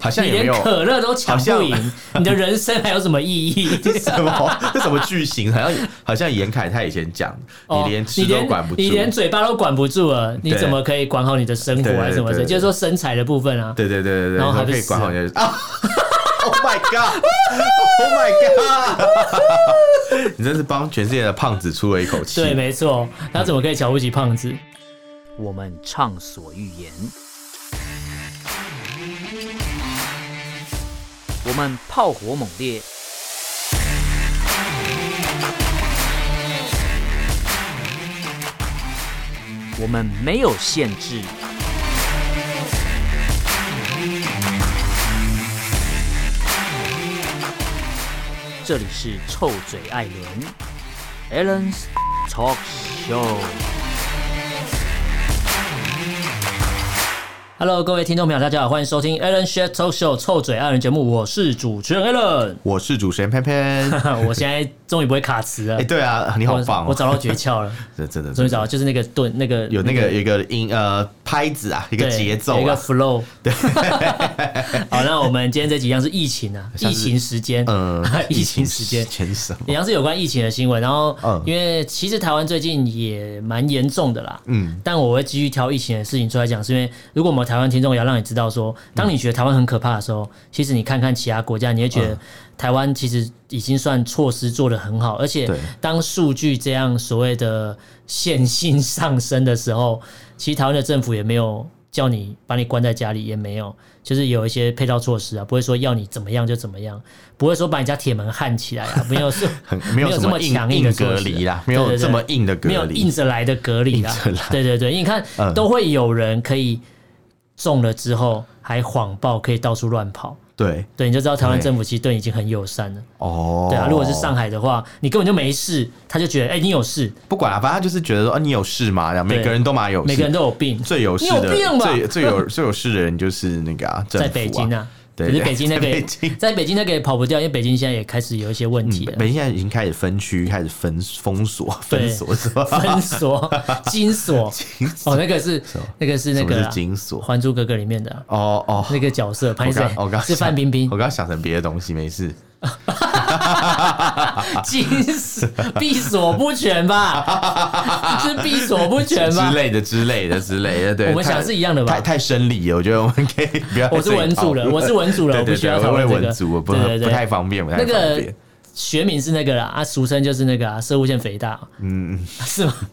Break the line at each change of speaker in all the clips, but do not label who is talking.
好像
你
也没
连
有
可乐都抢
好
不赢，你的人生还有什么意 义？
什么 这什么巨型，好像好像严凯泰以前讲，
哦
你连吃都管不住，
你连嘴巴都管不住了，你
对
怎么可以管好你的生活
对对
还是什么
对
的？
对
就是说身材的部分啊，
对对对对对，
然后还
可
被
以
死
管好你的啊 ！Oh my god! Oh my god! 你真是帮全世界的胖子出了一口气。
对，没错，他怎么可以瞧不起胖子？
我们畅所欲言；我们炮火猛烈；我们没有限制。这里是臭嘴艾伦 a l l e n s Talk Show。
Hello，各位听众朋友，大家好，欢迎收听 Alan s h a t Talk Show 臭嘴爱人节目，我是主持人 Alan。
我是主持人潘潘。
我现在终于不会卡词了
哎，，对啊，你好棒哦！
我我找到诀窍了，
真的真的
终于找到，就是那个顿那个
有那个有一个音呃拍子啊，一个
对
节奏
有一个
啊。
flow。对， 好，那我们今天这几样是疫情啊，
像
疫
是
情时间，，
嗯
疫情时间。
前什么？
也像是有关疫情的新闻，然后
嗯
因为其实台湾最近也蛮严重的啦，嗯，但我会继续挑疫情的事情出来讲，是因为如果我们台湾听众也要让你知道说，当你觉得台湾很可怕的时候，其实你看看其他国家，你会觉
嗯
得台湾其实已经算措施做得很好，而且
对
当数据这样所谓的线性上升的时候，其实台湾的政府也没有。叫你把你关在家里也没有，就是有一些配套措施啊，不会说要你怎么样就怎么样，不会说把你家铁门焊起来啊，没有是
很没有
没有
什
这么
硬
强硬的
硬
措
隔
施
离啦，没
对
有
对对
这么硬的隔
没有硬
离。
着来的隔离啦
硬着来。
对对对，因为你看、
嗯
都会有人可以中了之后还谎报，可以到处乱跑。
对
对，你就知道台湾
对
政府其实对你已经很友善了。
哦，
对啊，如果是上海的话，你根本就没事，他就觉得哎、你有事，
不管了，反正他就是觉得说啊，你有事吗？然后每
对
个人都嘛有事，
每个人都有病，
最有事
你有
的
病吧
最啊最有 最有事的人就是那个啊，政府
在北京
啊，
啊。
对
可是
对
北京那个
在
也
北京嗯
在北京那个也跑不掉，因为北京现在也开始有一些问题
北
了。
北京现在已经开始分区，开始分封锁，
对
分锁是吧？
分锁、金锁，哦，那个是那个是那
什
个
么是
啊
金锁
《还珠格格》里面的啊
哦哦，
那个角色，潘
我
谁
刚我刚？
是范冰冰
我。刚想成别的东西，没事。
金死闭锁不全吧？ 是闭锁不全
之
吧？
类的，之类的，之类的，对，
我们
太
想是一样的吧
太太生理了，我觉得我们可以不哎要在这里讨论。
我是文组人，我是文组人，
对
我不
对
需
对，
要讨
我也
论这
文
个。
组，我不
对对
不太
对，
方便，不太
那
方
个
便。
学名是那个啦，啊，俗称就是那个啊，射物腺肥大，嗯，是吗？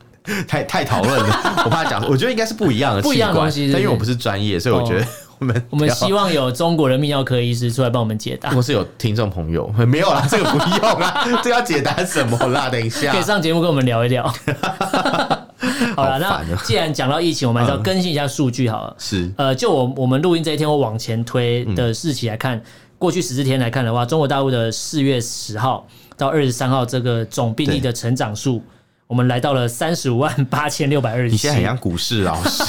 太太讨论了，我怕讲，我觉得应该是不一样的器官，
不一样的东西是不是哦
但因为我不是专业，所以我觉得我们
我
不
们
要
希 望有中国的泌尿科医师出来帮我们解答，
或是有听众朋友没有啦，这个不用啦，这个要解答什么啦？等一下
可以，上节目跟我们聊一 聊。好了，
好
那
烦哦嗯
既然讲到疫情，我们还是要更新一下数据好了。
是
呃，就我我们录音这一天，我往前推
嗯
的日期来看，过去十四天来看的话，中国大陆的四月十号到二十三号这个总病例的成长数，我们来到了三十五万八千六百二十
你现在很
七。
像股市老 师，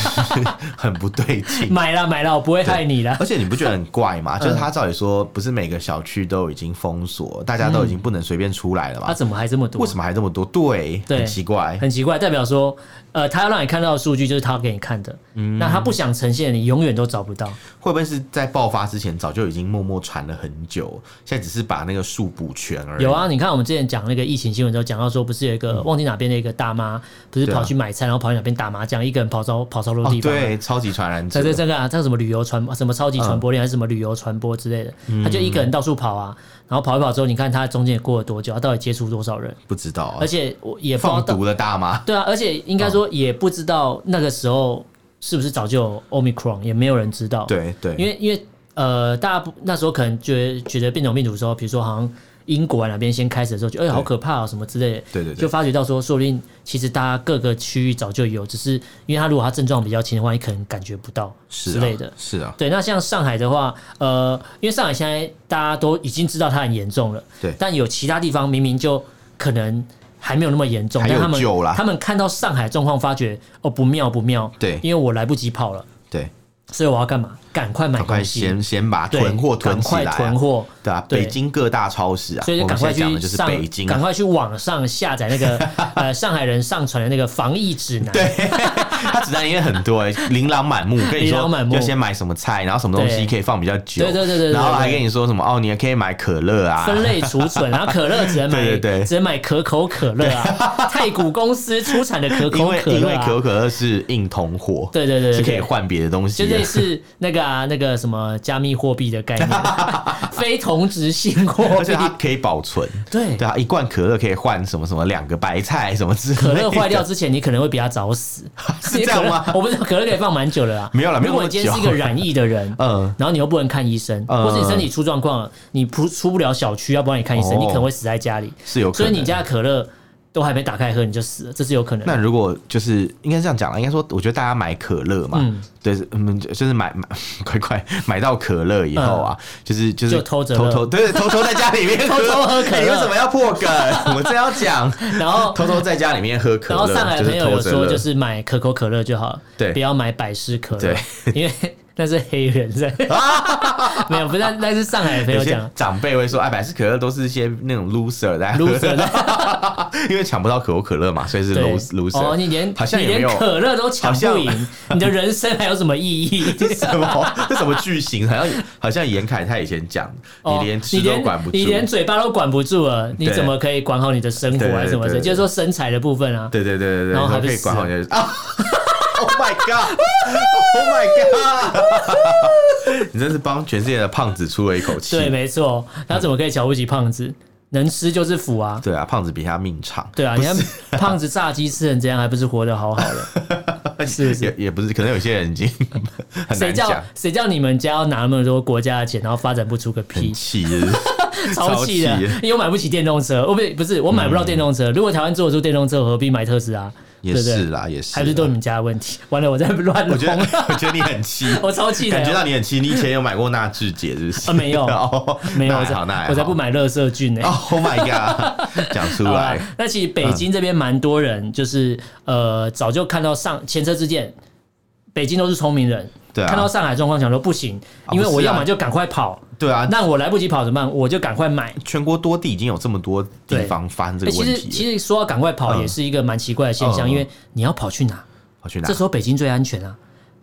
很不对劲。
买了买了，我不会害你啦。
而且你不觉得很怪吗？就是
嗯
他照理说，不是每个小区都已经封锁，大家都已经不能随便出来了
他、
吗？
怎么嗯啊还这么多？
为什么还这么多？对，
对
很奇怪。
很奇怪，代表说，呃，他要让你看到的数据就是他给你看的，
嗯
那他不想呈现，你永远都找不到。
会不会是在爆发之前早就已经默默传了很久，现在只是把那个数补全而已？
有，啊，你看我们之前讲那个疫情新闻的时候，讲到说不是有一个、忘记哪边的一个大妈，不是
嗯对啊
跑去买菜，然后跑去哪边打麻将，一个人跑超跑超多
哦
地，方、
对，超级传染者
在，这这个啊，这个什么旅游传播，什么超级传
嗯
播链、还是什么旅游传播之类的，他就一个人到处跑啊，然后跑一跑之后，你看他中间也过了多久，他到底接触多少人，
不知道啊
而，且我也不知道
放
到，
毒哦的大妈，
对啊，而且应该说也不知道那个时候是不是早就有 omicron，也没有人知道，，
对对，
因为因为呃，大家不那时候可能觉得觉得变种病毒的时候，比如说好像。英国啊那边先开始的时候就，哎、好可怕啊，什么之类的，
对对对
就发觉到说，说不定其实大家各个区域早就有，只是因为他如果他症状比较轻的话，你可能感觉不到
是啊
之类的。
是啊，
对，那像上海的话，呃，因为上海现在大家都已经知道它很严重了，
对
但有其他地方明明就可能还没有那么严重，
还
但
有
他们
救啦
他们看到上海状况，发觉哦不妙不妙，
对
因为我来不及跑了，
对。
所以我要干嘛？赶快买
赶快
东西，
先先把
对
囤货囤
赶
起来
快
啊、
囤货，
对啊，
对
北京各大超市啊，
所以就
我们
赶
现
快
在讲
去
的就是
上
北京、
赶
啊，
快去网上下载 那个呃上海人上传的那个防疫指南，
对， 它指南也很多、欸，琳琅满 目，跟你
琳
说
琅满目
要先买什么菜，然后什么东西
对
可以放比较久，
对对对对对
然后
对
还
对
跟你说什么哦，你还可以买可乐啊，
分类储存，然后可乐只能买
对对对
只能买可口可乐 啊，太古公司出产的可
因
口
为
可
因
乐
为可口
啊，
可乐是硬通货，
对对对对
是可以
对
换别的东西
就
的，
类似那个啊那个什么加密货币的概 念，非同质性货
而且
币，
它可以保存。
对
对。啊，一罐可乐可以换什么什么两个白菜什么之类的。
可乐坏掉之前，你可能会比他早死，
是这样吗
因为可乐我不知道可乐可以放蛮久的啦。
没有啦没有
如
那么
果你今天是一个染疫的人，
嗯
然后你又不能看医生，
嗯
或是你身体出状况，你不出不了小区，要不然你看医生，
哦
你可能会死在家里。
是有可
所
能。
以你家的可乐都还没打开喝，你就死了，这是有可能的。
那如果就是应该这样讲了，应该说，我觉得大家买可乐嘛，
嗯
对，嗯，就是买买 快快买到可乐以后啊，就是就是
嗯就偷着
偷
乐
偷对偷偷在家 里面
偷偷喝可乐
哎你为什么要破梗？我正要讲，
然后
偷偷在家里面 喝可
然
乐，
后上海的朋友有
偷着
说，
乐
就是买可口可乐就好了，
对
不要买百事可乐
对，
因为 那是黑人在，没有，不是，那是上海的朋
有
友
些
讲。
长辈会说，哎，百事可乐都是一些那种 loser 在喝
loser
因为抢不到可口可乐嘛，所以是
对
los- loser。
哦，你连
好像
你
也没
连
有
可乐都抢
好
不
像
赢，你的人生还有什么意 义？
这是什么？这什么巨型？好像好像严凯他以前讲，
哦
你连吃都管不住，
你连，你连嘴巴都管不住了，你
对
怎么可以管好你的生活
对
啊？什么
对
的，
对
就是说身材的部分啊。
对对对对对，
然后
你说
他就
可以管好
死
你的啊！Oh my god！Oh my god！你真是帮全世界的胖子出了一口气。
对，没错，他怎么可以瞧不起胖子？能吃就是福啊。
对啊，胖子比他命长。
对啊，你看胖子炸鸡吃成这样，还不是活得好好 的？是不是
哎也也不是，可能有些人已经很
谁
难
叫
讲，
谁叫你们家要拿那么多国家的钱，然后发展不出个
很
屁？
气是不是
超气的
超气，
因为我买不起电动车，哦我不不是我买不到电动车。如果台湾做得出电动车，我何必买特斯拉？
也
对不对
是啊啦，也是啦。
还不是都你们家的问题？完了，我在乱
我觉得
哄，，
我觉得你很气，
我超气的。
感觉到你很气。你以前有买过纳智捷是不是？
啊没有
哦
没有，
那
我
还好，那还
才
好
我才不买乐色菌呢。
哦 Oh my god！讲出
好啦
来，
那其实北京这边蛮多人，就是呃，早就看到上前车之鉴，北京都是聪明人，
对啊
看到上海状况想说不行，
啊
因为
不是
我要
啊
么就赶快跑，
对啊，
那我来不及跑怎么办？我就赶快买。
全国多地已经有这么多地方发生这
欸、
个
其
问
实
题了，
其实说要赶快跑
嗯
也是一个蛮奇怪的现
嗯
象，
嗯
因为你要跑去哪？
跑去哪
这？时候北京最安全啊，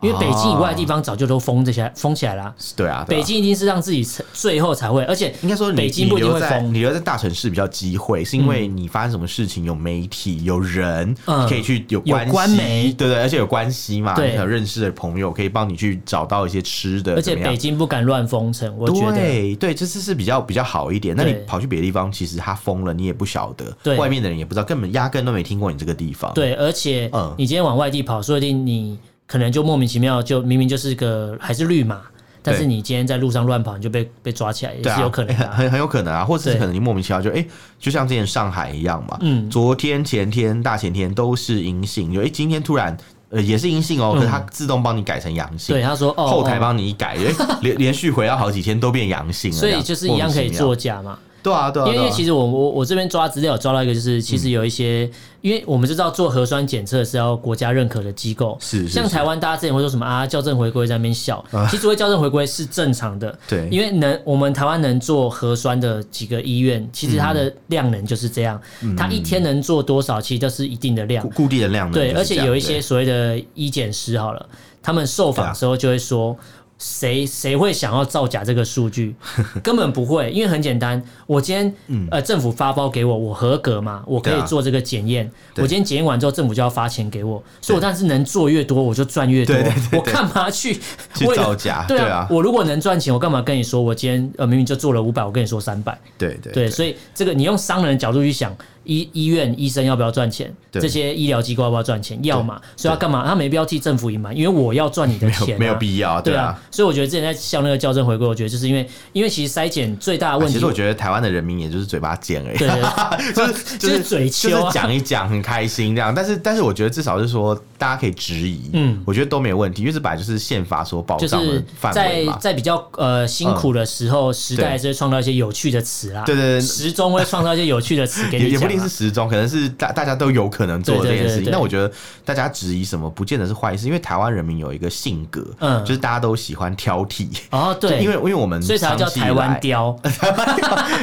因为北京以外的地方早就都封这些封起来了啊、
对啊，对啊
北京一定是让自己最后才会，而且
应该说你
北京不
你
一定
留
会
在
封
你。留在大城市比较机会，是因为你发生什么事情有媒体有人
嗯
可以去有
有
关系
官媒
对对，而且有关系嘛，
对
你有认识的朋友可以帮你去找到一些吃的，
而
怎
且
么样
北京不敢乱封城，我觉得
对对，这次是比较比较好一点。那你
对
跑去别的地方，其实他封了，你也不晓得，
对
外面的人也不知道，根本压根都没听过你这个地方。
对，而且
嗯
你今天往外地跑，说不定你可能就莫名其妙就明明就是个还是绿码，但是
对
你今天在路上乱跑，你就被被抓起来也
对
是
啊，
有可能的
很
啊、
很很有可能啊，或者是
对
可能你莫名其妙就哎、诶就像之前上海一样嘛，
嗯
昨天、前天、大前天都是阴性，就哎、诶今天突然呃也是阴性哦，可是它自动帮你改成阳性，
嗯对，他说哦，
后台
哦
帮你一改，诶 连连续回到好几天都变阳性了，
所
这
以
样
就是一样可以，
莫
作
名
假嘛。
其妙对啊，对啊，嗯
因为因为其
实
实我我我这边抓资料有抓到一个，就是其实有一些，因为我们就知道做核酸检测是要国家认可的机构，
是是啊
像台湾大家之前会说什么啊校正回归在那边笑，其实所谓校正回归是正常的，
对
因为能我们台湾能做核酸的几个医院，其实
嗯
它的量能就是这样，它一天能做多少，其实都是一定的量
固，固定的量能就
对，
是
而且
这样
有一些
对啊
所谓的医检师好了，他们受访的时候就会说，谁谁会想要造假这个数据？ 根本不会，因为很简单，我今天、呃政府发包给我，我合格嘛，我可
嗯对
以
啊
做这个检验。我
对
今天检验完之后，政府就要发钱给我，所以我但是能做越多，我就赚越多。
对对对对
我干嘛去
去
为了
造假
对
对
啊
啊，
我如果能赚钱，我干嘛跟你说我今天呃明明就做了五百，我跟你说三百？
对对
对，所以这个你用商人的角度去想，医医院医生要不要赚钱？
对
这些医疗机构要不要赚钱？要嘛，所以要干嘛？他没必要替政府隐瞒，因为我要赚你的
没
钱、
有没有必要，
对
啊
啊。，所以我觉得之前在像那个校正回归，我觉得就是因为因为其实筛检最大的
啊
问
其
题，
实我觉得台湾的人民也就是嘴巴尖而已，
对对 对
就是
就是嘴
就
秋啊
是讲一讲很开心这样，但是但是我觉得至少是说大家可以质疑，嗯，我觉得都没有问题，因为这本来就是宪法所保
就
障的
是
范围
在
嘛。
在比较呃辛苦的时候，时代是会创造一些有趣的词啦，
对对对
时钟会创造一些有趣的词给
也
你
也
讲啊
不定是时钟，可能是大大家都有可能做的这件事
对对对
情。
对
那我觉得大家质疑什么，不见得是坏事，因为台湾人民有一个性格，
嗯
就是大家都喜欢挑剔。
哦，
就
对，
因为因为我们
所以才要叫
长期
台
以来
湾雕，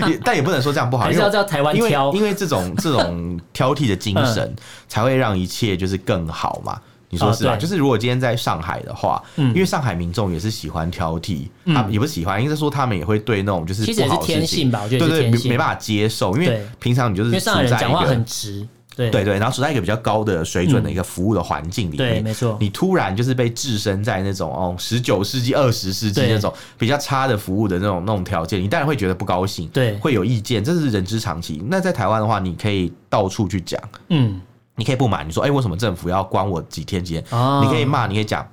也但也不能说这样不好，
还
因
是
为
要叫台湾
因为
挑嗯
因为这种这种挑剔的精神，才会让一切就是更好嘛。你说是吧？
啊对嗯
就是如果今天在上海的话，因为上海民众也是喜欢挑剔，他们也不是喜欢，应该是说他们也会对那种就是
其实也
不
是
好的事
天
情
性吧我觉得也是
对对
天性
没没办法接受，因为
对
平常你就是
因为上海
处
人
在
讲
一
话
个
很直，对
对对，然后处在一个比较高的水准的
嗯
一个服务的环境里面，
对没错
你突然就是被置身在那种哦十九世纪、二十世纪
对
那种比较差的服务的那种那种条件，你当然会觉得不高兴，
对
会有意见，这是人之常情。那在台湾的话，你可以到处去讲，
嗯，
你可以不满，你说哎、为什么政府要关我几天几天？
哦，
你可以骂，你可以讲。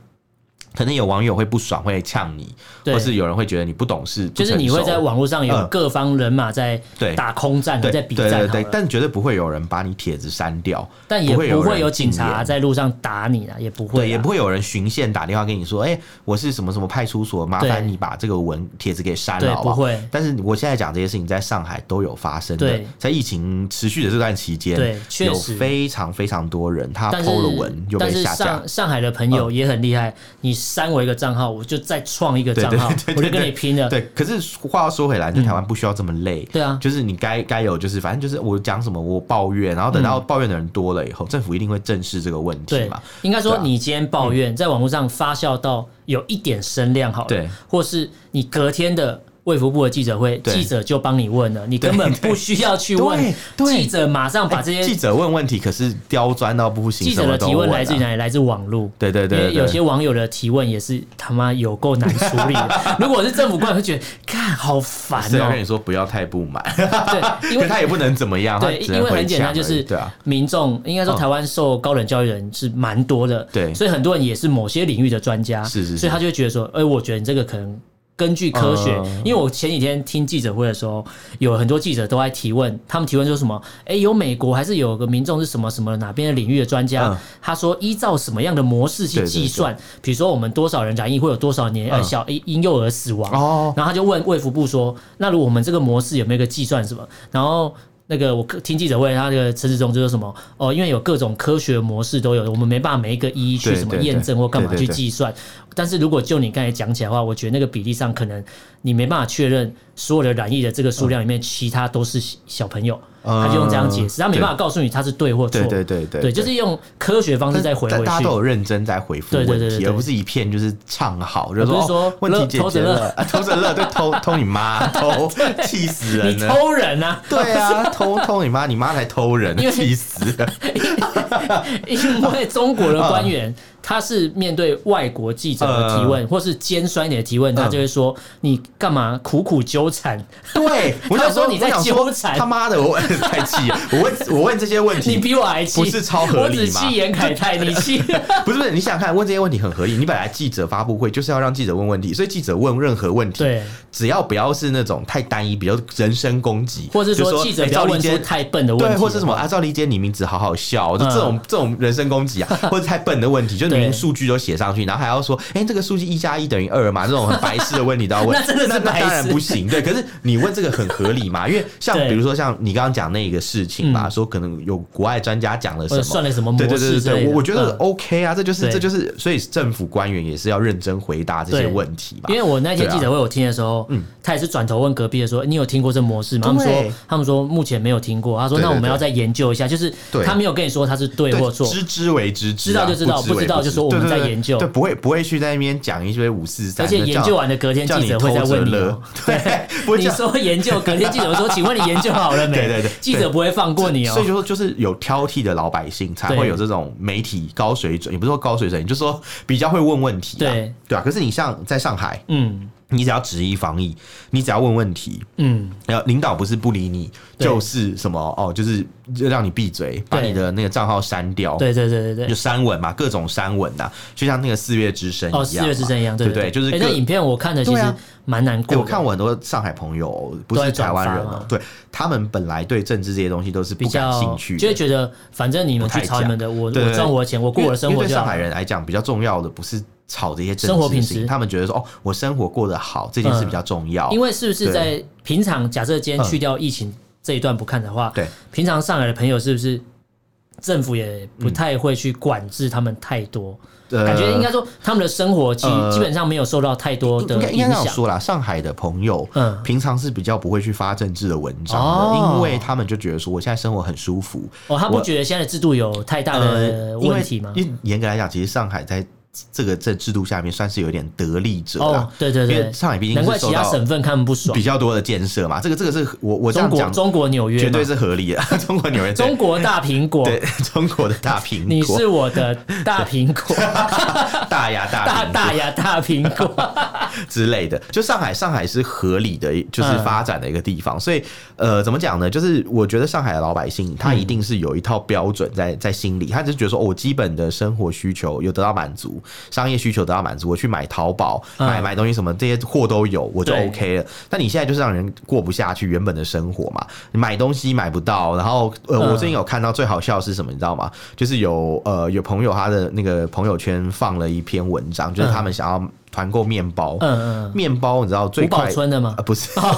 可能有网友会不爽，会呛你，
对
或是有人会觉得你不懂事，不
就是你会
成熟
在网络上有
嗯
各方人马在
对
打空战，
对
在
对
比
对
战
对
好了，
对，但绝对不会有人把你帖子删掉，
但也
有
不会
人
有警
禁言
察在路上打你啊，也不会啊，
对，也不会有人巡线打电话跟你说，哎、我是什么什么派出所，麻
对
烦你把这个文帖子给删
对
了，好不好？
不会
但是我现在讲这些事情，在上海都有发生的
对，
在疫情持续的这段期间，
对确
有
实
非常非常多人他
但是
PO 了文又
但
被
是
下架嗯
上。上海的朋友也很厉害，你删我一个账号，我就再创一个账号，
对对对对
我就跟你拼了。
对，可是话要说回来，在台湾不需要这么累。
嗯对啊
就是你该该有，就是反正就是我讲什么我抱怨，然后等
嗯
到抱怨的人多了以后，政府一定会正视这个问题
对
嘛。，
应该说
对啊
你今天抱怨在网络上发酵到有一点声量好了，
对，
或是你隔天的卫福部的记者会，
对
记者就帮你问了，你根本不需要去问
对，对
记者马上把
哎
这
记
些
者问问题，可是刁钻到不行，
记者
什
的
么都
提问来
啊
自于哪里？来自网络。
对对对
因
对
为有些网友的提问也是他妈有够难处理的。如果我是政府官，我会觉得看好烦
所以啊我
哦
跟、你说不要太不满，
对，因
因
为
为他也不能怎么样，他
对，
只
因
能
为
回
很简
家
单，就是
对啊，
民众应该说
嗯
台湾受高等教育人是蛮多的，
对
所以很多人也是某些领域的专家，
是是是
所以他就会觉得说，哎，我觉得你这个可能。根据科学，
嗯
因为我前几天听记者会的时候，有很多记者都在提问，他们提问说什么？哎、有美国还是有个民众是什么什么哪边的领域的专家？
嗯
他说依照什么样的模式去
对对
计算，比如说我们多少人染疫会有多少年、呃
嗯
小婴婴幼儿死亡，
哦，
然后他就问卫福部说：“那如果我们这个模式有没有一个计算什么？”然后那个我听记者会，他那个陈志忠就说什么：“哦，因为有各种科学模式都有，我们没办法每一个一一去
对
什么
对
验证
对
或干嘛
对对
去
对
计算。但是如果就你刚才讲起来的话，我觉得那个比例上可能你没办法确认所有的染疫的这个数量里面，其他都是小朋友。”
嗯
他就用这样解释，他没
对
办法告诉你他是对或错。
对对对对
对，
对
就是用科学方式再回
但
回
大家都
去。
有认真在回复
对对
问
对对
题，
对
而不是一片就是唱好，就是
不是说
哦问题解
偷着
决
乐
了，啊偷着乐，对，偷偷你妈， 偷气死
你
人了。
偷人啊！
对啊，偷偷你妈，你妈才偷人
因为，
气死 了！
因为中国的官员，他是面对外国记者的提问，
嗯
或是尖酸一点的提问，他就会说：“你干嘛苦苦纠缠？
对，我
他
想
说你在
我想说
纠缠
他妈的， 我太气了！我问我问这些问
你
题，
比我还气，
不是超合
我
理吗
只气严凯泰，你 气
不是不是，你想想看，问这些问题很合理。你本来记者发布会就是要让记者问问题，所以记者问任何问题，
对，
只要不要是那种太单一，比如人身攻击，
或是
就
说记者
哎
不要
赵立
问出
坚
太笨的问
对，
题，
或是什么？啊？赵立坚，你名字好好笑哦，就这种这种人身攻击啊， 或者太笨的问题，就是明明
嗯对
数据都写上去，然后还要说，哎，这个数据一加一等于二嘛， 这种很白痴的问题都要问，
那真的是
那
白痴
当然不行。对，可是你问这个很合理 嘛？因为像
对
比如说像你刚刚讲那个事情嘛，
嗯
说可能有国外专家讲了什
或者
么，
算了什么模
对对对
式
对
之类
对，
的
我我觉得
嗯
OK 啊，这就是
对
这就是，所以政府官员也是要认真回答这些
对
问题吧
因。为我那天
对啊嗯
记者会我听的时候，他也是转头问隔壁的说：“你有听过这模式吗？”他们
对
说：“他们说目前没有听过。”他说：“
对对
那我们
对
要再研究一下。”就是
对
他没有跟你说他是对
对
或错，
知之为知之啊，
知道就知道
知为
不知道就说我
对
们
对
在
对
研究
对，不会不会去在那边讲一些五四三，
而且
那
研
叫
究完的隔天
叫
记
你
者会再
偷着
问你
乐
哦。
对，不会
你
讲。
说研究，隔天记者说：“请问你研究好了 没？”
对对对
记者不会放过你哦、
所以就说，就是有挑剔的老百姓才
对
会有这种媒体高水准，也不是说高水准，你就说比较会问问题、啊，
对
对啊。可是你像在上海，
嗯
你只要质疑防疫，你只要问问题，
嗯，
然后领导不是不理你，
对
就是什么哦，就是让你闭嘴，把
对
你的那个账号删掉，
对对对对
哦就
对。
删文嘛，各种删文呐、就像那个四月之声一样
哦，
嘛，
四月之声一样，
对
对
不对？就是
哎，
各
那影片我看的其
对
实
啊
蛮难
欸
过的。
我看我很多上海朋友不
都在
是
转
台湾人
发
哦、
嘛
对他们本来对政治这些东西都是
比
不感
较
兴趣的，
就会觉得反正你们
不太
去炒你们的，我我
对对对
赚我的钱，我过我的生
因
活
为对
就好
上海。人来讲，比较重要的不是吵这些政治
生活品
的事情
质
他们觉得说哦，我生活过得好这件事
嗯
比较重要，
因为是不是
对
在平常假设今天
嗯
去掉疫情这一段不看的话，
对，
平常上来的朋友是不是政府也不太会去管制他们太多？
呃
感觉应该说他们的生活基、
呃
基本上没有受到太多的
应该应该
影
这样
响。
说啦，上海的朋友，
嗯
平常是比较不会去发政治的文章的，
哦
因为他们就觉得说，我现在生活很舒服。
哦，他不
我
觉得现在的制度有太大的
呃因为
呃问题吗？
因为严格来讲，其实上海在这个这制度下面算是有点得利者啦
哦，，对对
因
对，
为上海毕竟
难怪
是受
其他
到
省份看不爽
比。较多的建设嘛。这个这个是我我这
中
样
国
讲，
中国纽约嘛
绝对是合理的。 中国纽约
中国大苹果，
对中国的大苹
你
果
是，我的大苹果，
大呀大
大
苹果
大呀大苹果。
之类的。就上海，上海是合理的，就是
嗯
发展的一个地方。所以，呃，怎么讲呢？就是我觉得上海的老百姓，他一定是有一套标准在在心里，他只是觉得说，哦我基本的生活需求有得到满足，商业需求得到满足，我去买淘宝、
嗯
买买东西什么，这些货都有，我就
对
OK 了。但你现在就是让人过不下去原本的生活嘛，你买东西买不到，然后呃，
嗯
我最近有看到最好笑的是什么，你知道吗？就是有呃有朋友他的那个朋友圈放了一篇文章，就是他们想要团购面包，
嗯嗯嗯
面包你知道最
吴宝
快
春的吗
啊？？不 是，
啊，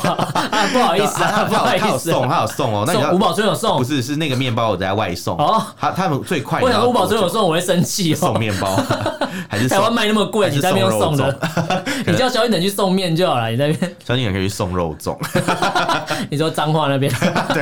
不好意思
他
啊，不好
他有他有
意思啊，
送，他有送哦。那你知
送
道
吴宝春有送
不，是是那个面包有在外送
哦。
他他们最快
我
哎
想
你知道
吴宝春有送，我会生气
送
哦。
面包 还是送
台湾卖那么贵，
还是
你在那边
送肉
用送的， 你叫萧敬腾去送面就好了。你在那 边，
相信也可以送肉粽。
你说彰化那边，
对，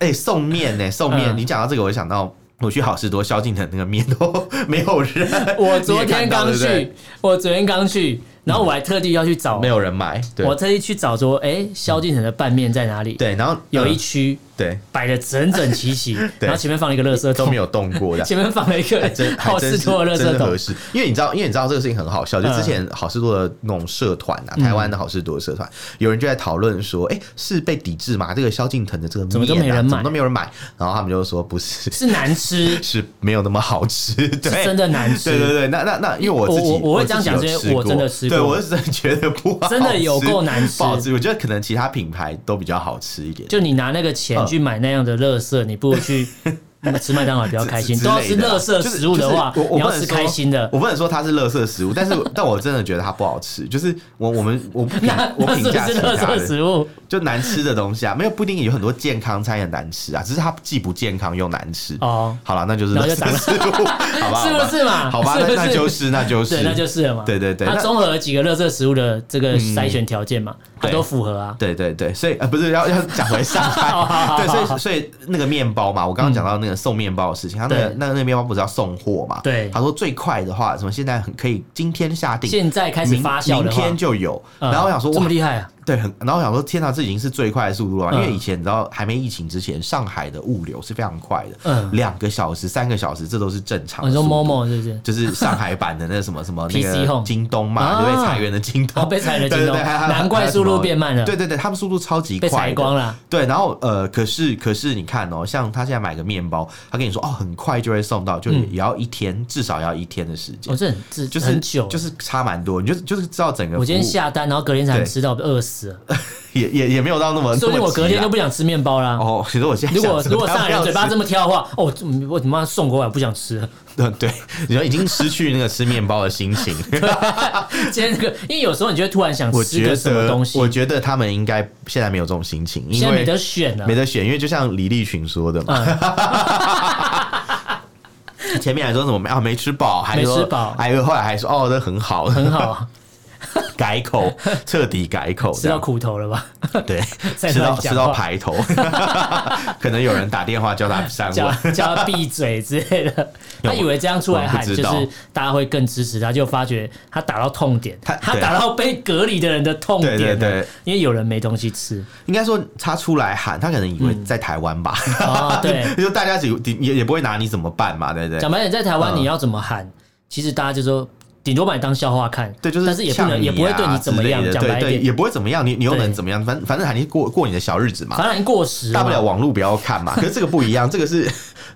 哎送面呢送面，
嗯
你讲到这个，我就想到。我去好事多，萧敬腾那个面都 没有人，
我
你
昨
也看
天
到
刚
对不对
去，我昨天刚去，然后我还特地要去找
没，有人买，对
我特地去找说，哎，萧敬腾的拌面在哪里？
对，然后
有一
嗯
区
对
摆的整整齐齐，
对
然后前面放了一个垃圾
都
桶
没，有动过的，
前面放了一个
还真还
好
真
事
是
多的垃
真
圾
的合
桶，
适，因为你知道，因为你知道这个事情很好笑，就
嗯
之前好事多的那种社团啊，台湾的好事多的社团，有人就在讨论说，哎，是被抵制吗？这个萧敬腾的这个面啊
怎么都没人买
怎么都没有人买，然后他们就说不是，
是 难吃，
是没有那么好吃，
是
对，
真的难吃，
对对对，那那那，因为我自己
我我我会这样讲
自己有
是因为我真的吃过
对我是真的觉得不好吃，
真的有够难吃
不好吃。我觉得可能其他品牌都比较好吃一点，
就你拿那个钱
嗯
去买那样的垃圾，你不 如去吃麦当劳比较开心。
之
都要吃
之类的
垃
啦
圾
就是
食物的话，
就是我我
你要
不能
吃
说
开心的。
我不能说它是垃圾食物，但是但我真的觉得它不好吃。就是我我们我 不评
那
我
那
评
是不
价
是
其他
垃圾
的，
食物？
就难吃的东西啊，没有不一定有很多健康餐也难吃啊，只是它既不健康又难吃。
哦，
好了，那就是
然
垃
后就长
圾食物，好吧？
是
好吧
不是嘛？
好吧，
是
那
不
那就是那就是
对，那就是了嘛。
对对对
它
那嗯
综合了几个垃圾食物的这个筛选条件嘛，它
对
都符合啊。
对对对，所以呃不是要要讲回上
好好 好
海，对，所
好
以所以那个面包嘛，我刚刚讲到那个送面包的事情，他那个
对
那那个面包不是要送货嘛？
对
他说最快的话，什么现在很可以今天下定，
现在开始
明
发酵
明
的话，
天就有。
嗯
然后我想说，
这
哇
么，厉害啊！
对，很，然后我想说，天哪，这已经是最快的速度了吧？因为
嗯
以前你知道，还没疫情之前，上海的物流是非常快的，
嗯
两个小时、三个小时，这都是正常
哦
的
你
速度。
说某某是不是？
就是上海版的那什么什么那个
PC Home
京东嘛，
啊
对不对？裁员的京
哦，
东，
被裁了
对
京
对
东，
对，还还
难怪速度变慢了，
对对对，他们速度超级
被
快，
裁光。了。
对，然后呃，可是可是你看哦，像他现在买个面包，他跟你说哦，很快就会送到，就也也要一天，至少要一天的时间，
哦，这很这
就是
很久，
就是差蛮多。你就就是知道整个
我今天
服务
下单，然后隔天才
对
吃到，我饿死了。
也也也没有到那么，
所以
那么
我隔天
急啦啊
就不想吃面包啦。
哦，其实我现在
如果
想说
如果
他不
上海人
要
嘴 巴
吃
这么挑的话，哦，我他妈送过来，我不想吃 了。
嗯对，你说已经失去那个吃面包的心情。
今天这个，因为有时候你就会突然想
我
吃
觉
个什么
得
东西
我，觉得他们应该现在没有这种心情，因
现在
为
没得选啊了
没。得选，因为就像李立群说的嘛。
嗯
前面还说什么啊没吃饱，还说
没吃饱
还有后来还说哦这很好，
很好，啊，
改 口，彻底改口，
吃
这
到
样
苦头了 吧？
对，
再
吃
乱
到
讲
吃到
话
排头， 可能有人打电话叫他删
叫
文，
叫他闭嘴之类的。他以为这样出来
我
喊
不
就
知道
是大家会更支持他，就发觉他打到痛点，
他
他
对
打到被隔离的人的痛
对对
点了
对，
因为有人没东西 吃。
应该说他出来喊，他可能以为在台湾吧，
哦，嗯对，
就大家只也也不会拿你怎么办嘛，对不对
讲？白点，在台湾
嗯
你要怎么喊，其实大家就说顶多把你当笑话看，
对，就是
但是也不
呛
能
你
也不会对
啊
你怎么
之类
样。
的
讲白
对
一
对，
点，
也不会怎么样，你你又
对啊
能怎么样？反反正喊你过过你的小日子 嘛
反。正已经过时了嘛，
大不了网络不要 看嘛，可是这个不一样，这个是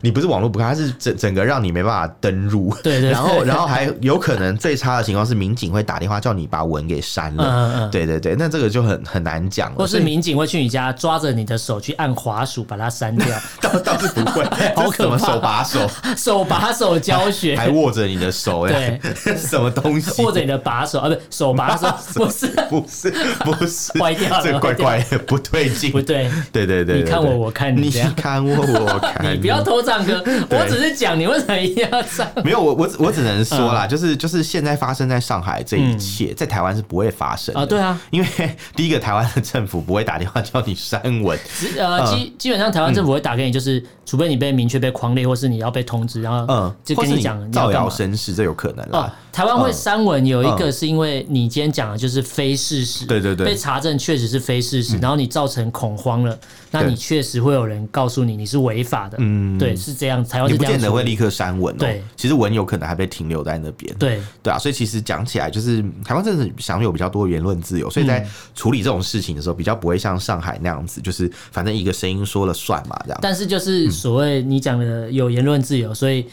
你不是网络不看，它是整整个让你没办法登入，
对对对
然后然后还有可能最差的情况是民警会打电话叫你把文给删了，
嗯嗯嗯
对对对，那这个就很很难讲了，
或是
所以
民警会去你家抓着你的手去按滑鼠把它 删掉，
倒倒是不 会，
好可怕
这是什么手把手，
手把手教学
还。握着你的手，
对
哎，手 什么东西，
或者你的把手啊，不是手把手， 不是
不是不是
坏掉了
这怪
坏掉
怪的，不对劲，
不对，
对对对，
你看我
对
我看你
你
这样
看我，我看
你不要偷唱 歌，我只是讲你为什么一定要唱。
没有，我我我只
嗯
能说啦，就是就是现在发生在上海这一切，在台湾是不会发生的
啊对啊，
因为 第一个台湾的政府不会打电话叫你删文，
只呃，
嗯
基基本上台湾政府会打给你，就是除非你被明确被框列，或是你要被通知，然后
嗯，
就
或
跟
是
讲你要
造
干
谣
嘛。
生事，这有可能
哦
啦。，
台湾会
嗯
删文有一个是因为你今天讲的就是非事实，
嗯对对对嗯
被查证确实是非事实，然后你造成恐慌了，那你确实会有人告诉你你是违法的，嗯，对，是这样，台湾
你
是
不
这样
见得
处
会
理
立刻删文哦
对，
其实文有可能还被停留在那边。
对，
对啊，所以其实讲起来，就是台湾真的享有比较多言论自由，所以在
嗯
处理这种事情的时候，比较不会像上海那样子，就是反正一个声音说了算嘛，这样。
但是
嗯
就是所谓你讲的有言论自由，所以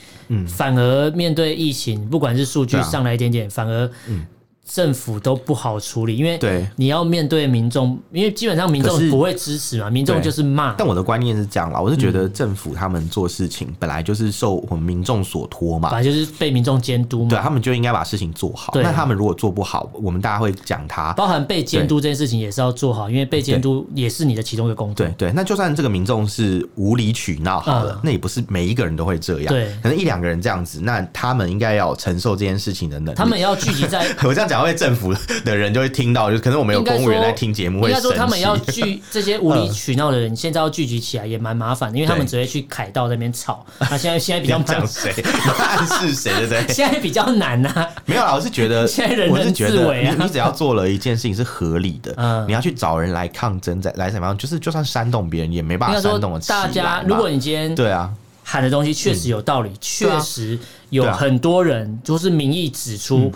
反而面对疫情，不管是数
对
据
啊嗯
上来一点点，反而政府都不好处理，因为
对
你要面对民众，因为基本上民
可
众
是
不会支持嘛，民众
对
就是骂，
但我的观念是这样啦，我是觉
嗯
得政府他们做事情本来就是受我们民众所托嘛，
反正就是被民众监督
对啊
嘛，
他们就应该把事情做好。
对啊
那他们如果做不好，我们大家会讲他。
包含被监督这件事情也是要做好，因为被监督也是你的其中一个工作
对。对，那就算这个民众是无理取闹好了，
嗯
那也不是每一个人都会这样，
对
可能一两个人这样子，那他们应该要承受这件事情的能力。
他们也要聚集在，
我这样讲会被政府的人就会听到，就是可能我们有
应该
公务
说
员在听节目
应
会
该
生
说
气。嗯
他们 要聚这些无理取闹的人，现在要聚集起来也蛮麻烦的，因为他们只会去凯道那边吵。那现在现在比
你
较
要
麻
讲 谁，你要暗示谁，对不对？
现在比较 难呐、啊。
没有啦，我是觉得，
现在人人
我是觉
自
得
危啊
你你只要做了一件事情是合理的，
嗯
你要去找人来抗争，在来怎么样，就是就算煽动别人也没办
应
法
该说
煽动得，起来
大
嘛。
家如果你今天
对啊，
喊的东西确实有道理，确、
对啊
实有
对啊
很多人就是民意指
啊
出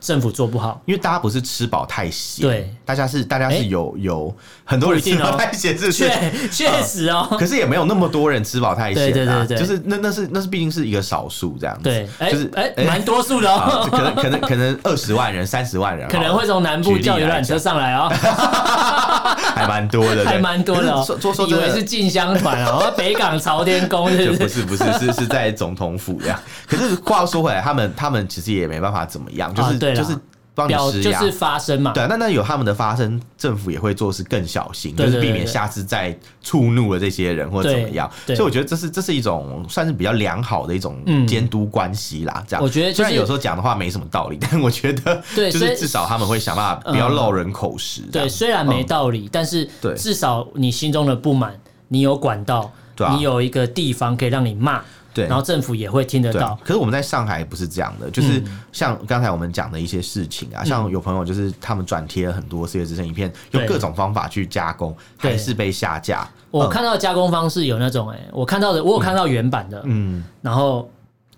政府做 不好。
因为大家不是吃饱太闲，
对，
大家是大家是
诶
有有很多人
不一
吃
定哦
饱太闲，是不是
确？确实哦、
啊可是也没有那么多人吃饱太闲啊，
对对对对
就是那那是那是毕竟是一个少数这样子，
对，哎、
就是
哎，蛮、多数的
啊
哦、
就可能可能可能二十万人、三十万人好哦
可
了，
能会从南部叫游览车上来哦、
还蛮多的，对
还蛮多的哦、
可是说说说
以
真
为
的
是进香团 哦、北港朝天宫是
就
不
不
是？
是不是是是在总统府这样。可是话又说回来，他们他们其实也没办法怎么样，就是、
啊对啦
就是帮你
表
施
就
压。
是发声嘛，
对啊，那那有他们的发生，政府也会做事更小心，
对对
就是避
对
免
对
下次再触怒了这些人或者怎么样。
对对
所以我觉得这是这是一种算是比较良好的一种
嗯
监督关系啦。这样，
我觉得就是
虽然有时候讲的话没什么道理，但我觉得
对
就
所以嗯
是至少他们会想办法不要漏人口实。这样
对，虽然没道理，但是
嗯对
至少你心中的不满，你有管道，
对啊
你有一个地方可以让你骂，
对，
然后政府也会听得
对
到嗯
啊，。可是我们在上海不是这样的，就是像刚才我们讲的一些事情啊，像有朋友就是他们转贴了很多世界之声影片，用
对
各种方法去加工，
对
还是被下架。
我
嗯
看到的加工方式有那种、哎，我看到的，我有看到原版的，嗯，然后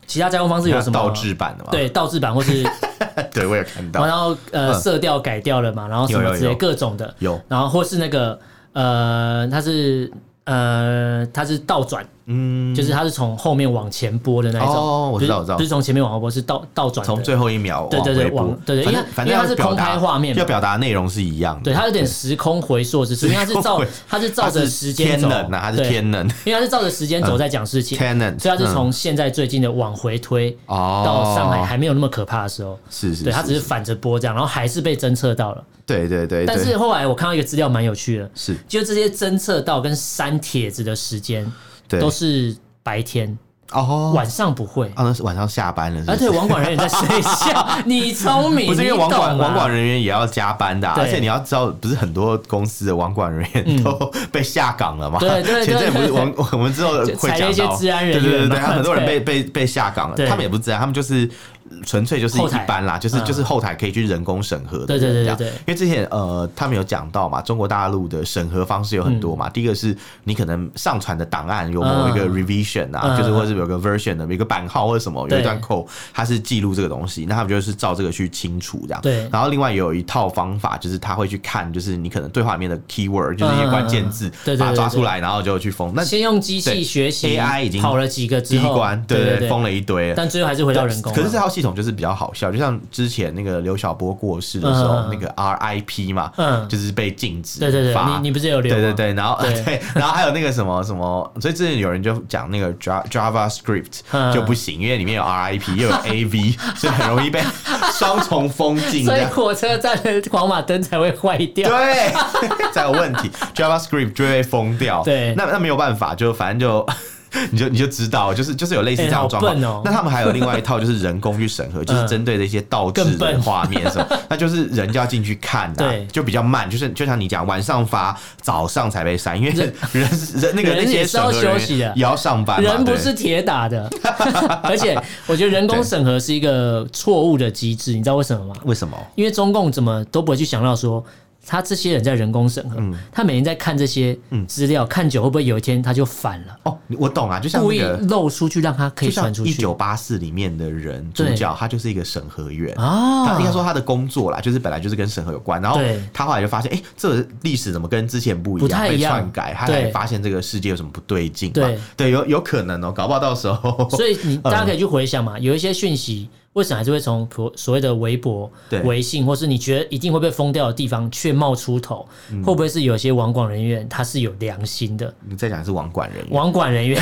其他加工方式有什么
倒置版的嘛？
对，倒置版或是
对，我也看到。
然后呃
嗯
色调改掉了嘛，然后什
有
么
有
之类
有
各种的，
有
然后或是那个呃，它是呃它是倒转，嗯，就是它是从后面往前播的那一种，
哦我知道我
不是
知道
不是从前面往后播，是倒倒转的，
从最后一秒
对对
往回
对
播
往对对
反正
因为
反正
因为
要
它是
表达
公开画面嘛
要表达的内容是一样的。
对，它有点时空回溯之处，因为它是
时空
照
回
它是照着时间
天
走，
冷啊，它是
对，
天冷
因为它是照着时间
嗯
走在讲事情，
天冷，
所以它是从现在最近的往回推
嗯哦
到上海还没有那么可怕的时候，
是是，
对，它只是
是
反着播这样，然后还是被侦测到了。
对对对，
但
对
是后来我看到一个资料蛮有趣的，
是
就这些侦测到跟删帖子的时间
对
都是白天，
哦
晚上不会。
啊，那是晚上下班了，是不
而
是
且网管人员在 睡觉，你聪明，
不是因为
你
网管
懂啊
网管人员也要加班的啊、
对嗯
而且你要知道，不是很多公司的网管人员都被下岗了嘛？
对对对
前阵不是我我们之后会
裁了
讲
一些
到，
治安人员
对对对对，
嘛
他很多人被
对
被被下岗了，
对
他们也不是这样，他们就是。纯粹就是
后
一
台
般啦，就是
嗯
就是后台可以去人工审核的
对
人
对
这
对
样，
对对
因为之前呃，他们有讲到嘛，中国大陆的审核方式有很多嘛。第一个是你可能上传的档案有某一个
嗯
revision 啊，
嗯
就是或是有个 version 的，有一个版号或者什么，有一
对
段 code，它是记录这个东西，那他们就是照这个去清除这样。
对
然后另外也有一套方法，就是他会去看，就是你可能对话里面的 keyword，就是一些关键字，
嗯嗯嗯
把它抓出来，然后就去封。那
先用机器
对
学习
AI 已经
跑了几个
第
之
一
后
关，，对
对
封了一堆了。
但最后还是回到人工啊。
可是这套系统就是比较好笑，就像之前那个刘晓波过世的时候，
嗯
那个 RIP 嘛，
嗯
就是被禁止
对对对，
罚
你你不是有留吗？
对对对，然后
对
对，然后还有那个什么什么，所以之前有人就讲那个 Java JavaScript
嗯
就不行，因为里面有 RIP 又有 AV，所以很容易被双重封禁
所
这
以
样。
火车站的黄马灯才会坏掉。
啊 对，啊才有问题，JavaScript 就会被封掉。
对
那那没有办法，就反正就。 你就你就知道，就是就是有类似这样的状
哎
况。
好笨哦
那他们还有另外一套，就是人工去审核， 就是针对这些倒置
更
的
笨
画面什么， 那就是人就要进去看啊
对，
就比较慢。就是就像你讲，晚上发，早上才被删，因为人人那个
人
那些
也是
审
要
核人
休息的
员也要上班嘛，
人不
对啊
是铁打的，而且我觉得人工审核是一个错误的机制，你知道为什么吗？
为什么？
因为中共怎么都不会去想到说，他这些人在人工审核，
嗯
他每天在看这些资料，看久会不会有一天他就反了，
哦，我懂啊，就像
故
那
意
个。
漏出去让他可以
就像
传出
一
去
九八四里面的人主
对
角，他就是一个审核员他
啊
应该说他的工作啦，就是本来就是跟审核有关，然后
对
他后来就发现，哎、这个历史怎么跟之前不一
不
样，
太
被
一样
篡改，他
对
才发现这个世界有什么不对劲嘛？
对，
有有可能哦、嗯搞不好到时候， 呃
所以 你大家可以去回想嘛，有一些讯息为什么还是会从普所谓的微博
对、
微信，或是你觉得一定会被封掉的地方却冒出头，
嗯
会不会是有些网管人员他是有良心的？
你再讲是网管人员，
网 管人员，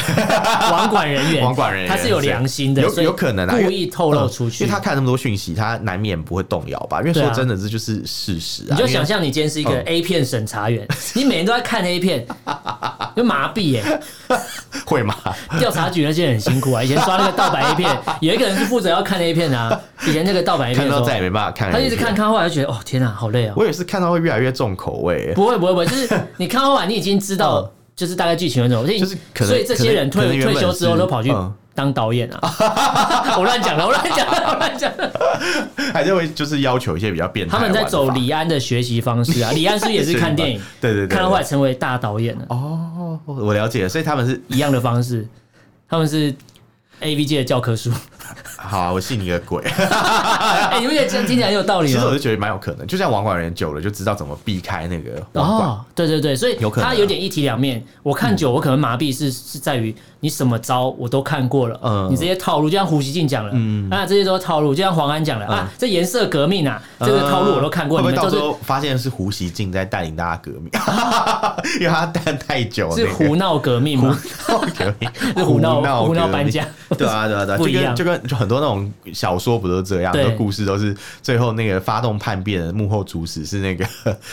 网管人员，
网管人员
他是有良心的，
有
所以
有可能啊嗯
故意透露出去。
因为他看那么多讯息，他难免不会动摇吧？因为
对
说
啊
真的，这就是事实啊。
你就
因为
想象你今天是一个
嗯
A 片审查员，你每天都在看 A 片，就麻痹耶、
会吗？
调查局那些人很辛苦啊，以前抓那个盗版 A 片，有一个人是负责要看 A 片的啊。以前那个盗版 A 片
看
的时
到
候，
再也没办法看，
他一直看，看，后来就觉得哦天哪、好累啊、
我也是看到会越来越重口味、
不会不会不会，就是你看后来你已经知道
嗯，
就是大概剧情有什么，所以
就是可能
所以这些人
可能可能
退退
原本
休之后
是
都跑去
嗯
当导演啊。 我乱讲了，我乱讲了，我乱讲了。
还是会就是要求一些比较变态
他
的玩
们
法。
在走李安的学习
，
方式啊，李安是不是也是看电影
对对对对
看到后来成为大导演了，
哦，我了解了，所以他们是
一样的方式，他们是 A V 界的教 科书。
好、啊，我信你个鬼。
哎， 你们觉得这样听起来很有道理
其实我
吗
就？觉得蛮有可能，就像网管人久了就知道怎么避开那个网管。
哦，对对对，所以
有可能啊
它有点一体两面。我看久，我可能麻痹是是在于你什么招我都看过了，
嗯
你这些套路，就像胡锡进讲了，啊，这些都是套路，就像黄安讲了，啊，这颜色革命啊，这个套路我都看过，
嗯会
你
不会到
们都
时
是
候发现是胡锡进在带领大家革 命？因为他待太久了，
是胡闹革命嘛？
闹 革命，
是胡闹
闹
胡闹
革命
搬家，
对啊对啊对啊，
不
就
一
跟
样
就跟就很多那种小说不都这样，很
对
多故事都是最后那个发动叛变的幕后主使是那个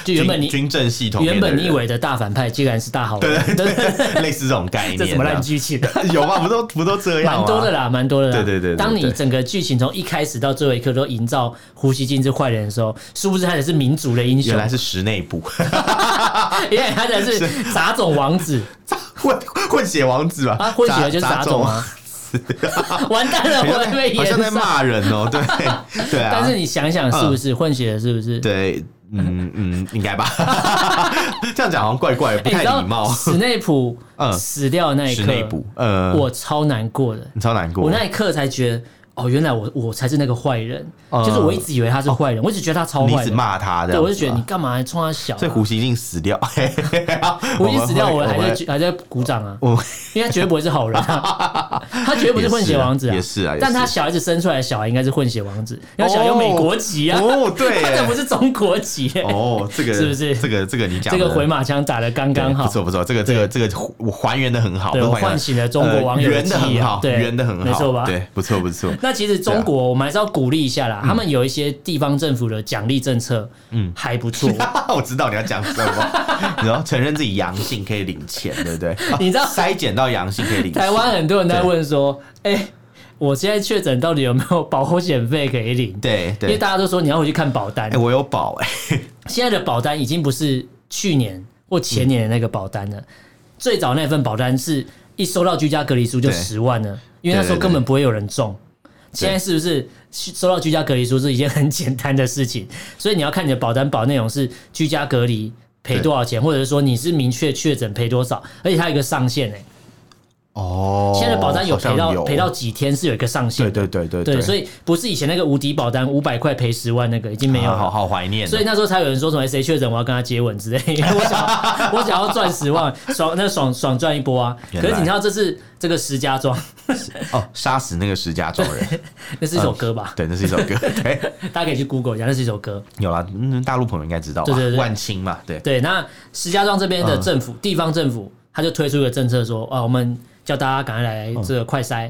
就原本
军
你
军政系统里
原
面的人，
本你以为的大反派，竟然是大好人，对对 对，
类似这种概念，啊
这什么烂剧情？啊
有吧？不都不都这样吗
蛮多的啦，蛮多的啦。
对对对对对
当你整个剧情从一开始到最后一刻都营造胡锡进是坏人的时候，殊不知他才是民族的英雄啊
原，来是室内部
原来他才是杂种王子。
混混血王子吧？
啊，混血就是杂种啊！完蛋了，
好
我
像
被
在好像
演
在
上。
骂人哦，对 对啊，
但是你想想，是不是混血的？是不是？
对，嗯嗯，应该吧？ 这样讲好像怪怪，不
哎，你
太
知道
礼貌。
史内普
嗯
死掉 的那一
室
刻，
内哦部，呃，
我超难过的。
你超难过
我，那一刻才觉得，哦，原来我我才是那个坏人，
嗯
就是我一直以为他是坏人，我只觉得他超
你一
坏
直
人。
骂他的，
对，我就觉得你干嘛冲他小啊？
所以胡锡进死掉，
胡一死掉， 我还在
在
举还在鼓掌啊
我们，
因为他绝对不会是好人啊， 他绝对不是混血王子啊，
也是啊也是啊也是
但他小孩子生出来的小孩应该是混血王子，然后小孩有美国籍啊，
哦，对
他
耶，
这不是中国籍耶，
哦，这个
是不是
这个这个你讲
这
的
个回马枪打的刚刚
对
好
不。错不错，这个这个这个我还原的很好，
对
不是
我
还原
唤醒了中国
呃
网友的
圆的
记忆
很
啊
好，
对
圆的很好，
没错吧
对，不错不错，
那其实中
啊
国，我们还是要鼓励一下
嗯
啦。他们有一些地方政府的奖励政策，嗯，还 不错。
我知道你要讲什么， 然后承认自己阳性可以领钱，对不 对？
你知道
筛检到阳性可以领钱
台湾很多人在问说，哎，我现在确诊到底有没有保险费可以领？
对
因为
对，
大家都说你要回去看保单
哎，，我有保哎，
现在的保单已经不是去年或前年的那个保单了，最早那份保单是一收到居家隔离书就
对
十万了，因为那时
对
候
对
根本不会有人中。现在是不是收到居家隔离书是一件很简单的事情？所以你要看你的保单保内容是居家隔离赔多少钱，或者是说你是明确确诊赔多少，而且它有一个上限诶、欸
哦，
现在的保单有赔
好像
到
有
赔到几天是有一个上限
对
的，
对对对
对所
以
以不是以前那个无敌保单五百块赔十万那个已经没有
好
了。
好怀念哦，
所以那时候才有人说什么哎谁确诊我要跟他接吻之类，因 为我想要我想要赚十万，爽那爽爽赚一波啊！可
原来
是你知道这是这个石家庄，
哦，杀死那个石家庄人，
那是一
嗯
首歌吧？
对，那是一首歌，对，
大家可以去 Google 一下，那是一首歌。
有啦，嗯，大陆朋友应该知道吧，
对对对
万青嘛，对，
对，那石家庄这边
嗯
的政府、地方政府，他就推出一个政策说，啊，我们叫大家赶快来这个快筛，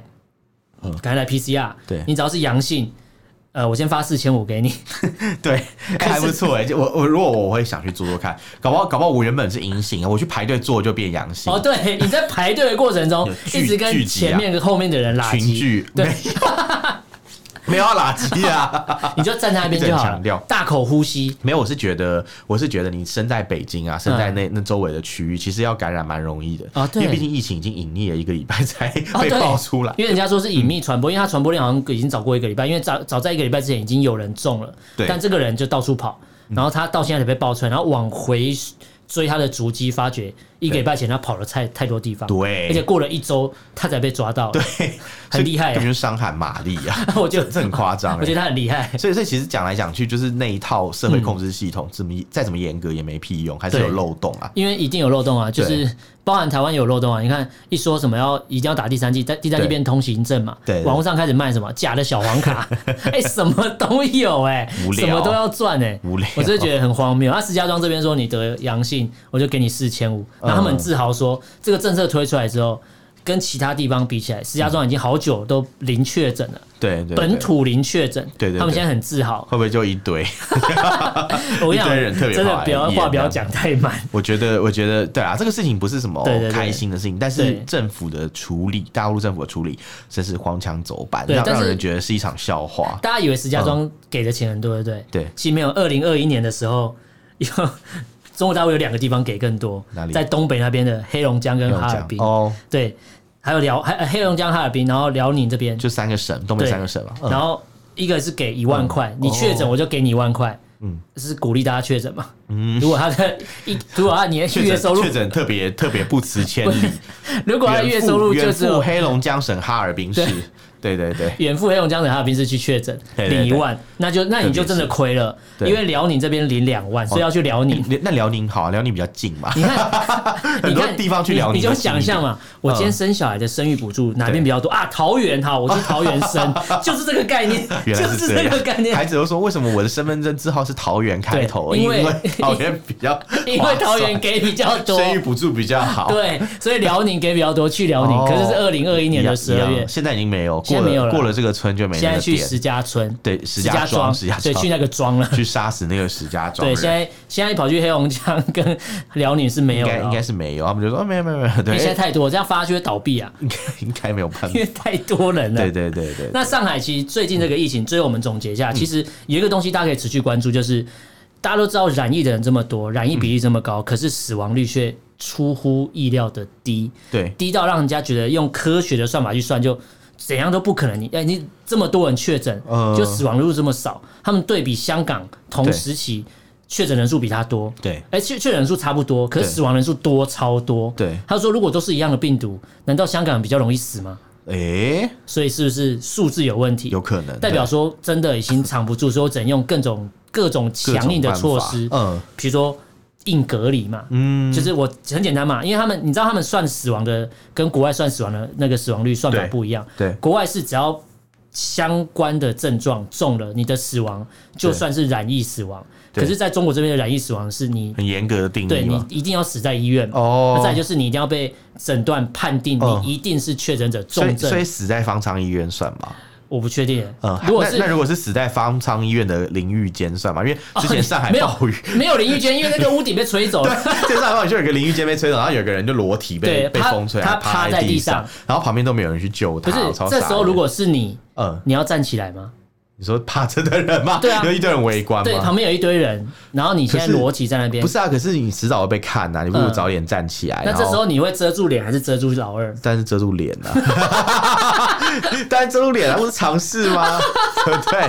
赶快来 PCR，
嗯对
你只要是阳性，呃，我先发四千五给你，
对，哎还不错哎、就我我如果我会想去做做看，搞不好搞不好我原本是阴性，我去排队做就变阳性。
哦，对，你在排队的过程中
有聚
一直
聚
跟
集啊
前面跟后面的人拉
群
鸡，
聚没有， 没有要垃圾啊！
你就站在那边就
一直
好
很强调
了，大口呼吸。
没有，我是觉得，我是觉得你身在北京啊，身在那、那周围的区域，其实要感染蛮容易的
啊嗯对
因为毕竟疫情已经隐匿了一个礼拜才
哦
被
对
爆出来。
因为人家说是隐秘传播，因为它传播量好像已经早过一个礼拜，因为早早在一个礼拜之前已经有人中了，
对嗯
但这个人就到处跑，然后他到现在才被爆出来，然后往回追他的足迹，发觉一个礼拜前他跑了太太多地方，
对
而且过了一周他才被抓到，对， 很厉害啊
根本就是伤寒玛丽啊！
我就
这很夸张、欸，
我觉得他很厉害，
所以，所以其实讲来讲去，就是那一套社会控制系统，怎么、再怎么严格也没屁用，还是有
对
漏洞啊。
因为一定有漏洞啊，就是包含台湾有漏洞啊，你看一说什么要一定要打第三剂，但第三剂
对
变通行证嘛，
对对
网络上开始卖什么假的小 黄卡，哎、什么都有哎、
无聊
什么都要赚哎、
无聊
我真的觉得很荒谬。那、啊石家庄这边说你得阳性，我就给你四千五，
嗯
那他们很自豪说、这个政策推出来之后。跟其他地方比起来，石家庄已经好久都零确诊了，
对对对
本土零确诊，
对对对
他们现在很自豪。
会不会就一堆？
我想
一堆人特别
真的
怕
不要
一
话
眼
不要
这
讲太满，
我觉得，我觉得对啊，这个事情不是什么
对对对
开心的事情，但是
对
政府的处理，大陆政府的处理真是荒腔走板，
对
让
但是
让人觉得是一场笑话。
大家以为石家庄给的钱很多，对不对？
嗯对
其实没有。二零二一年的时候，有中国大陆有两个地方给更多
哪里，
在东北那边的黑龙江跟
没有
哈
这
尔
样
滨，
哦，
对，还有辽还呃黑龙江、哈尔滨，然后辽宁这边，
就三个省，东北
对
三个省嘛。嗯
然后一个是给一万块，你确诊我就给你一万块，
哦
嗯，是鼓励大家确诊嘛？嗯，如果他的 一如果他年
确
月
诊
收入
确，诊特别特别不辞千 里，
如果他月
远赴
收入就
远
只
赴
有
黑龙江省哈尔滨市，对对对，
远赴黑龙江省哈尔滨市去确诊
对对对
领一万，那就那你就真的亏了，
对
因为辽宁这边领两万，所以要去辽宁。
那辽宁好啊，辽宁比较近 嘛，
你看，
很
你
多
看
地方去辽宁
你你
都
就是
一点
想象嘛，
嗯
我今天生小孩的生育补助哪边比较多啊？桃园哈，我去桃园 生，就是这个概念，就
原来
是
这
这个概念
孩。子都说为什么我的身份证字号是桃园开头？
对
因
因为，
桃园比较
因为桃园给比较多，
生育补助比较好。
对，所以辽宁给比较多，去辽宁，
哦
可是是二零二一
一
年
样，
的十二
一
月
样，现在已经没有，过
现在没有
了
了
过了这个村就没
现
那
在
个
去
店。
石家村，
对，石
石
家庄，
庄，
石家
对，去
庄，
那个庄了。
去杀死那个石家庄
对，
人。
现在现在跑去黑龙江跟辽宁是没
应
有
该
了
应
哦，
该是没有，他们就说哦没有没有没有，
因为现在
对，
太多，这样发就会倒闭啊，
应该 应该没有办法
因。为太多人了。
对对对对，
那上海其实最近这个疫情，最后我们总结一下，其实有一个东西大家可以持续关注，就是大家都知道染疫的人这么多，染疫比例这么高，可是死亡率却出乎意料的低，
对
低到让人家觉得用科学的算法去算就。怎样都不可能你，哎，你这么多人确诊，
呃
就死亡率这么少，他们对比香港同
对
时期确诊人数比他多，
对
哎，确确诊人数差不多，可是
对
死亡人数多超多。
对
他说如果都是一样的病毒，难道香港比较容易死吗？
对，哎，
所以是不是数字有问题？
有可能
代表说真的已经藏不住，所以我只能用各种各种强硬的措
各种，
施
办法嗯，
比如说硬隔离嘛，嗯，就是我很简单嘛，因为他们你知道他们算死亡的跟国外算死亡的那个死亡率算法
对
不一样，
对
国外是只要相关的症状中了，你的死亡就
对
算是染疫死亡，
对
可是在中国这边的染疫死亡是你
很严格的定
对
义
你
嘛。
一定要死在医院嘛，
哦
那再来就是你一定要被诊断判定
嗯
你一定是确诊者
所以
重
所以
症，
死在方舱医院算吗？
我不确定，
嗯，
如果是
那那如果是死在方舱医院的淋浴间算吗？因为之前上海
哦没有
暴雨，
没有淋浴间，因为那个屋顶被吹 走了。
这上方就有一个淋浴间被吹走，然后有个人就裸体被
对
被
他
风吹，
他
趴
趴在
地
地上，
然后旁边都没有人去救
不
他。
是
我超，傻
这时候
眼
如果是你，
嗯，
你要站起来吗？
你说趴着的人嘛，
对啊
有一堆人围观
对，
嘛
旁。边有一堆人，然后你现在
可是
裸体在那边
不，是啊，可是你迟早会被看呐、啊你不如
嗯
早点站起来。
那
然
这
后
时候你会遮住脸还是遮住老二？
但是遮住 脸呐、啊，当然遮住脸啊，不是尝试吗？对不对？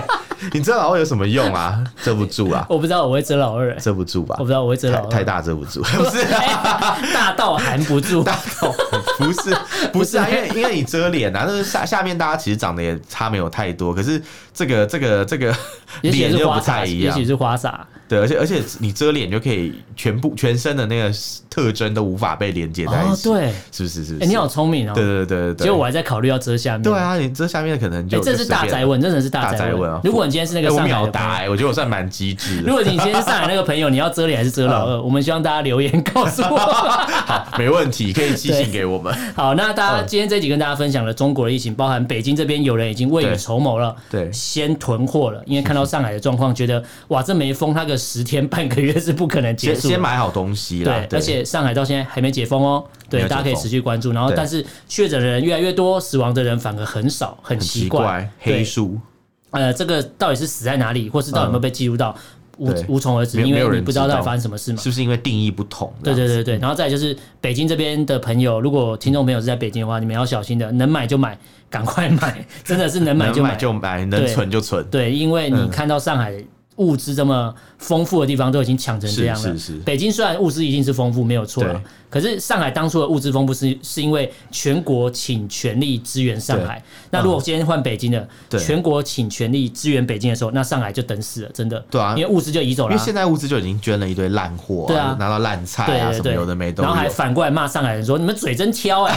你遮老二有什么用啊？遮不住啊，
我不知道我会遮老二、欸，
遮不住吧？
我不知道我会遮老
太
二，
太 大遮不住，不是啊
哎大到含不 住。
大头，不是不是啊，因
不
为因为你遮脸啊，那是下下面大家其实长得也差没有太多，可是这个这个这个
也许
脸
是
又
花
不
洒，
太一
也
样
许，是花洒，
对，而且而且你遮脸就可以全部全身的那个特征都无法被连接在一
哦，
起，
对，
是不是？是不
哎，
是？
你好聪明哦。
对对对对对，
结果我还在考虑要遮下面。
对啊，你遮下面可能
哎，
就
这是大宅
问，
问，真的是
大宅
宅
问啊
如果你今天是那
哎
个
我
上海
秒
的朋
答，
友，
哎我觉得我算蛮机智
如
的。
果你今天是上海那个朋友，你要遮脸还是遮老
嗯
二？我们希望大家留言告 诉我。
好，没问题，可以寄信
对
给我 们。
好，那大家
嗯
今天这集跟大家分享了中国的疫情，包含北京这边有人已经未雨
对
绸缪了，
对
先囤货了，因为看到上海的状况，觉得哇，这没封它个十天半个月是不可能结
先
束的。
先买好东西啦
对，，而且上海到现在还没解封哦，
没
对，
有解
大家可以
封
持续关注。然后，
对
但是确诊的人越来越多，死亡的人反而很少，很
很
奇
奇怪，黑
对，
书
呃，这个到底是死在哪里，或是到底有没有被记录到，无
对
无从而知，
没有
因
没
为
有
你
人
不知道到底
知道
发生什么事嘛。
是不是因为定义不同？
对对
这样
对对，然后再来就是北京这边的朋友，如果听众朋友是在北京的话，你们要小心的，能买就买，赶快买，真的是能买
子，
就
能
买。嗯
买就买，能
对
存就存。
对，因为你看到上海物资这么丰富的地方都已经抢成这样了，
是是是
北京虽然物资一定是丰富，没有错
对
了，可是上海当初的物资丰富是是因为全国请全力支援上海。那如果今天换北京的，
对
全国请全力支援北京的时候，那上海就等死了，真的。
对啊
因为物资就移走
因
了、
为现在物资就已经捐了一堆烂货、
对啊
拿到烂菜
对
啊
对
什么
对，
有的没都有，
然后还反过来骂上海人说：“你们嘴真挑哎、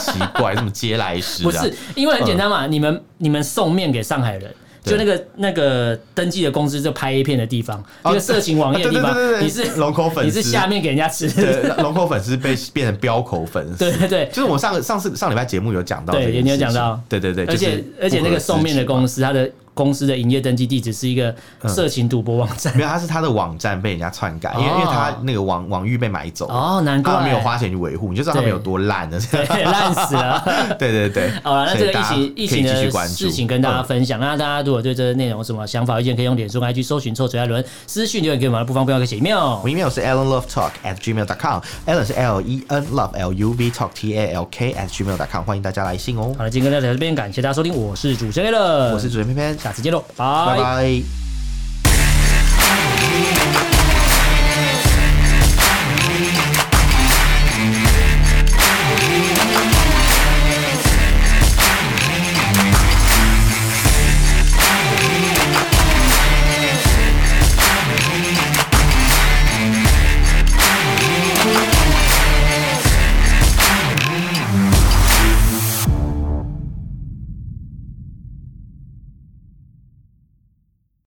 奇怪，什么接来食
不
啊？
是，因为很简单嘛，你们你们送面给上海人。
嗯
就
对
那个那个登记的公司，就拍 A 片的地方，
哦
那个色情网页的地
对对对对
方，
对
你是
龙口粉丝
你是下面给人家吃，对
对，龙口粉丝被变成标口粉丝，
对对，
就是我们上个上次上礼拜节目有讲到这
对
件事情，
也有讲到
对对对，
而且
就是
而且那
不合
个
时
送面的
宜嘛嗯
公司，它的公司的营业登记地址是一个色情赌博 网站，
没有，他是他的网站被人家篡改，因为
哦
因为他那个网网域被买走，
哦难怪
他没有 花钱去维护，你就知道他们有多烂了。
对，烂死了。
对 对对，
好了，那
所以
这个疫
大家
情疫情
可以继续
的
关注
事情跟大家
嗯
分享。那大家如果对这个内容有什么想法、意见，可以用脸书、IG 搜寻“臭嘴艾伦”，私讯留言给我们，不方便可以写 email
我。email 是 allenlovetalk at gmail dot com，allen 是 L E N love L U V talk T A L K at gmail dot com，欢迎大家来信哦
好。了，今天跟大家聊到这边，感谢大家收听，我是主持人 a l
我是主持人偏偏，
下次见喽，
拜拜。